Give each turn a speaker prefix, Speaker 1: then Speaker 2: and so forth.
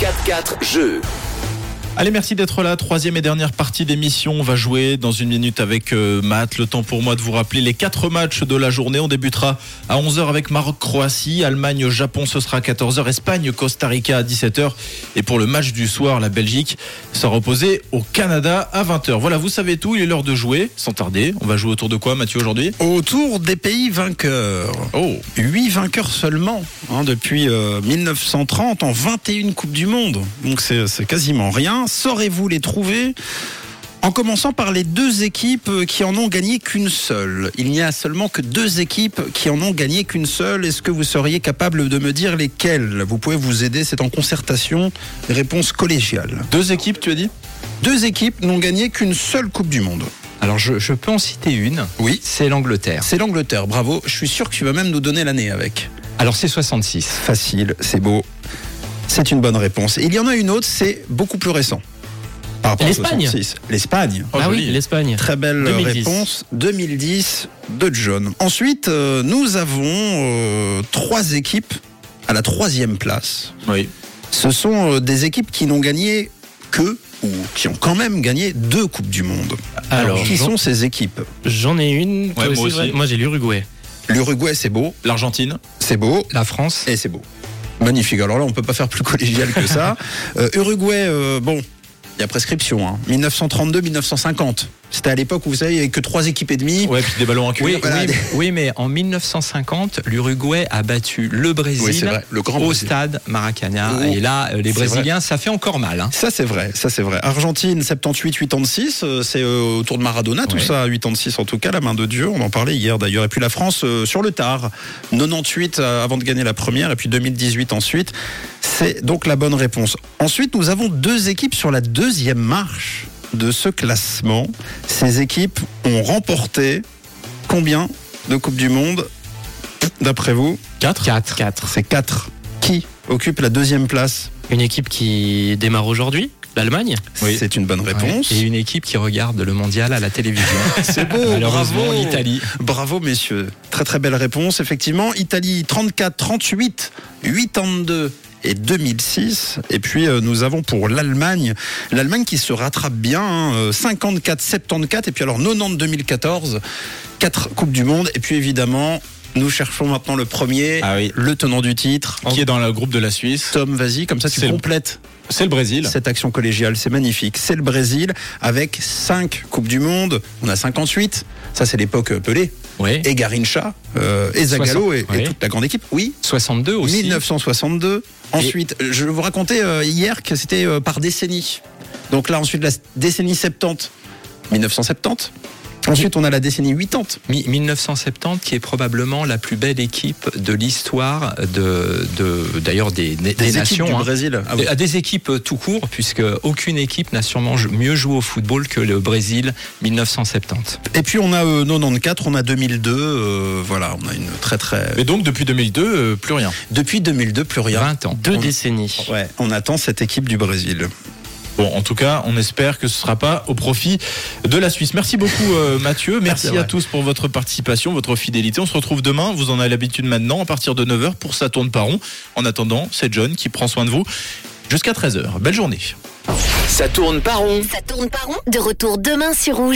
Speaker 1: 4 jeux.
Speaker 2: Allez, merci d'être là. Troisième et dernière partie d'émission. On va jouer dans une minute avec euh, Matt. Le temps pour moi de vous rappeler les quatre matchs de la journée. On débutera à 11h avec Maroc-Croatie, Allemagne-Japon, ce sera à 14h, Espagne-Costa Rica à 17h. Et pour le match du soir, la Belgique sera opposée au Canada à 20h. Voilà, vous savez tout. Il est l'heure de jouer. Sans tarder, on va jouer autour de quoi, Mathieu, aujourd'hui
Speaker 3: Autour des pays vainqueurs.
Speaker 2: Oh,
Speaker 3: 8 vainqueurs seulement hein, depuis euh, 1930 en 21 Coupes du Monde. Donc c'est c'est quasiment rien. Saurez-vous les trouver en commençant par les deux équipes qui en ont gagné qu'une seule. Il n'y a seulement que deux équipes qui en ont gagné qu'une seule. Est-ce que vous seriez capable de me dire lesquelles Vous pouvez vous aider, c'est en concertation, réponse collégiale.
Speaker 2: deux équipes, tu as dit
Speaker 3: Deux équipes n'ont gagné qu'une seule Coupe du Monde.
Speaker 4: Alors je, je peux en citer une.
Speaker 3: Oui.
Speaker 4: C'est l'Angleterre.
Speaker 3: C'est l'Angleterre, bravo. Je suis sûr que tu vas même nous donner l'année avec.
Speaker 4: Alors c'est 66.
Speaker 3: Facile, c'est beau. C'est une bonne réponse. Et il y en a une autre, c'est beaucoup plus récent. Par rapport à
Speaker 5: L'Espagne.
Speaker 3: 66. L'Espagne.
Speaker 2: Oh,
Speaker 5: ah
Speaker 2: joli.
Speaker 5: oui, l'Espagne.
Speaker 3: Très belle
Speaker 5: 2010.
Speaker 3: réponse. 2010 de John. Ensuite, euh, nous avons euh, trois équipes à la troisième place.
Speaker 2: Oui.
Speaker 3: Ce sont euh, des équipes qui n'ont gagné que ou qui ont quand même gagné deux Coupes du Monde.
Speaker 5: Alors,
Speaker 3: qui
Speaker 5: j'en-
Speaker 3: sont ces équipes
Speaker 5: J'en ai une. toi
Speaker 2: Ouais, moi
Speaker 5: ouais.
Speaker 2: aussi.
Speaker 5: Moi, j'ai l'Uruguay.
Speaker 3: L'Uruguay, c'est beau.
Speaker 2: L'Argentine
Speaker 3: C'est beau.
Speaker 4: La France.
Speaker 3: Et c'est beau. Magnifique. Alors là, on peut pas faire plus collégial que ça. Euh, Uruguay, euh, bon, il y a prescription. Hein. 1932-1950. C'était à l'époque où vous savez, il n'y avait que trois équipes et demie.
Speaker 2: Ouais, puis des ballons en cuir.
Speaker 4: Oui,
Speaker 3: voilà.
Speaker 4: oui, oui, mais en 1950, l'Uruguay a battu le Brésil
Speaker 3: Oui, c'est vrai, le grand
Speaker 4: au
Speaker 3: Brésil.
Speaker 4: stade Maracanã.
Speaker 3: Oh,
Speaker 4: Et là, euh, les
Speaker 3: c'est vrai.
Speaker 4: Brésiliens, ça fait encore mal. hein.
Speaker 3: Ça c'est vrai, ça c'est vrai. Argentine 78-86, euh, c'est euh, autour de Maradona tout
Speaker 4: Ouais.
Speaker 3: ça, 86 en tout cas, la main de Dieu, on en parlait hier d'ailleurs. Et puis la France euh, sur le tard, 98 euh, avant de gagner la première, et puis 2018 ensuite. C'est donc la bonne réponse. Ensuite, nous avons deux équipes sur la deuxième marche de ce classement. Ces équipes ont remporté combien de Coupes du Monde D'après vous,
Speaker 2: 4
Speaker 4: Quatre.
Speaker 5: 4.
Speaker 3: c'est 4. Qui occupe la deuxième place
Speaker 5: Une équipe qui démarre aujourd'hui, l'Allemagne.
Speaker 2: Oui.
Speaker 3: C'est une bonne réponse.
Speaker 4: Ouais. Et une équipe qui regarde le mondial à la télévision.
Speaker 3: C'est beau,
Speaker 4: Malheureusement,
Speaker 3: bravo
Speaker 4: l'Italie.
Speaker 3: Bravo messieurs, très très belle réponse effectivement. Italie 34, 38, 82 et 2006. Et puis euh, nous avons pour l'Allemagne, l'Allemagne qui se rattrape bien, hein, euh, 54, 74 et puis alors 90, 2014, 4 Coupes du Monde. Et puis évidemment, nous cherchons maintenant le premier,
Speaker 2: Ah oui.
Speaker 3: le tenant du titre.
Speaker 2: Qui est dans le groupe de la Suisse
Speaker 3: Tom, vas-y, comme ça tu
Speaker 2: C'est le-
Speaker 3: complètes
Speaker 2: C'est le Brésil.
Speaker 3: cette action collégiale, c'est magnifique. C'est le Brésil avec 5 Coupes du Monde, on a 58, ça c'est l'époque Pelé
Speaker 4: Oui.
Speaker 3: et Garincha, euh, et Zagallo et, et
Speaker 4: ouais.
Speaker 3: toute la grande équipe. Oui,
Speaker 4: 62 aussi.
Speaker 3: 1962. Ensuite, je vous racontais euh, hier que c'était euh, par décennie. Donc là, ensuite, la s- décennie 70, 1970. Ensuite, on a la décennie 80.
Speaker 4: Mi- 1970, qui est probablement la plus belle équipe de l'histoire de, de- d'ailleurs des, des, des
Speaker 3: équipes
Speaker 4: nations.
Speaker 3: du
Speaker 4: hein.
Speaker 3: Brésil. Ah oui.
Speaker 4: À des équipes euh, tout court, puisque aucune équipe n'a sûrement jou- mieux joué au football que le Brésil 1970.
Speaker 3: Et puis, on a euh, 94, on a 2002. euh, voilà, on a une très très.
Speaker 2: Et donc, depuis 2002, euh, plus rien.
Speaker 3: Depuis 2002, plus rien.
Speaker 4: 20 ans.
Speaker 5: Deux
Speaker 3: On-
Speaker 5: décennies.
Speaker 3: Ouais, on attend cette équipe du Brésil.
Speaker 2: Bon, en tout cas, on espère que ce ne sera pas au profit de la Suisse. Merci beaucoup, euh, Mathieu. Merci
Speaker 3: C'est
Speaker 2: à
Speaker 3: vrai.
Speaker 2: tous pour votre participation, votre fidélité. On se retrouve demain. Vous en avez l'habitude maintenant, à partir de 9h pour Ça tourne par rond. En attendant, c'est John qui prend soin de vous jusqu'à 13h. Belle journée.
Speaker 1: Ça tourne par rond.
Speaker 6: Ça tourne pas rond De retour demain sur Rouge.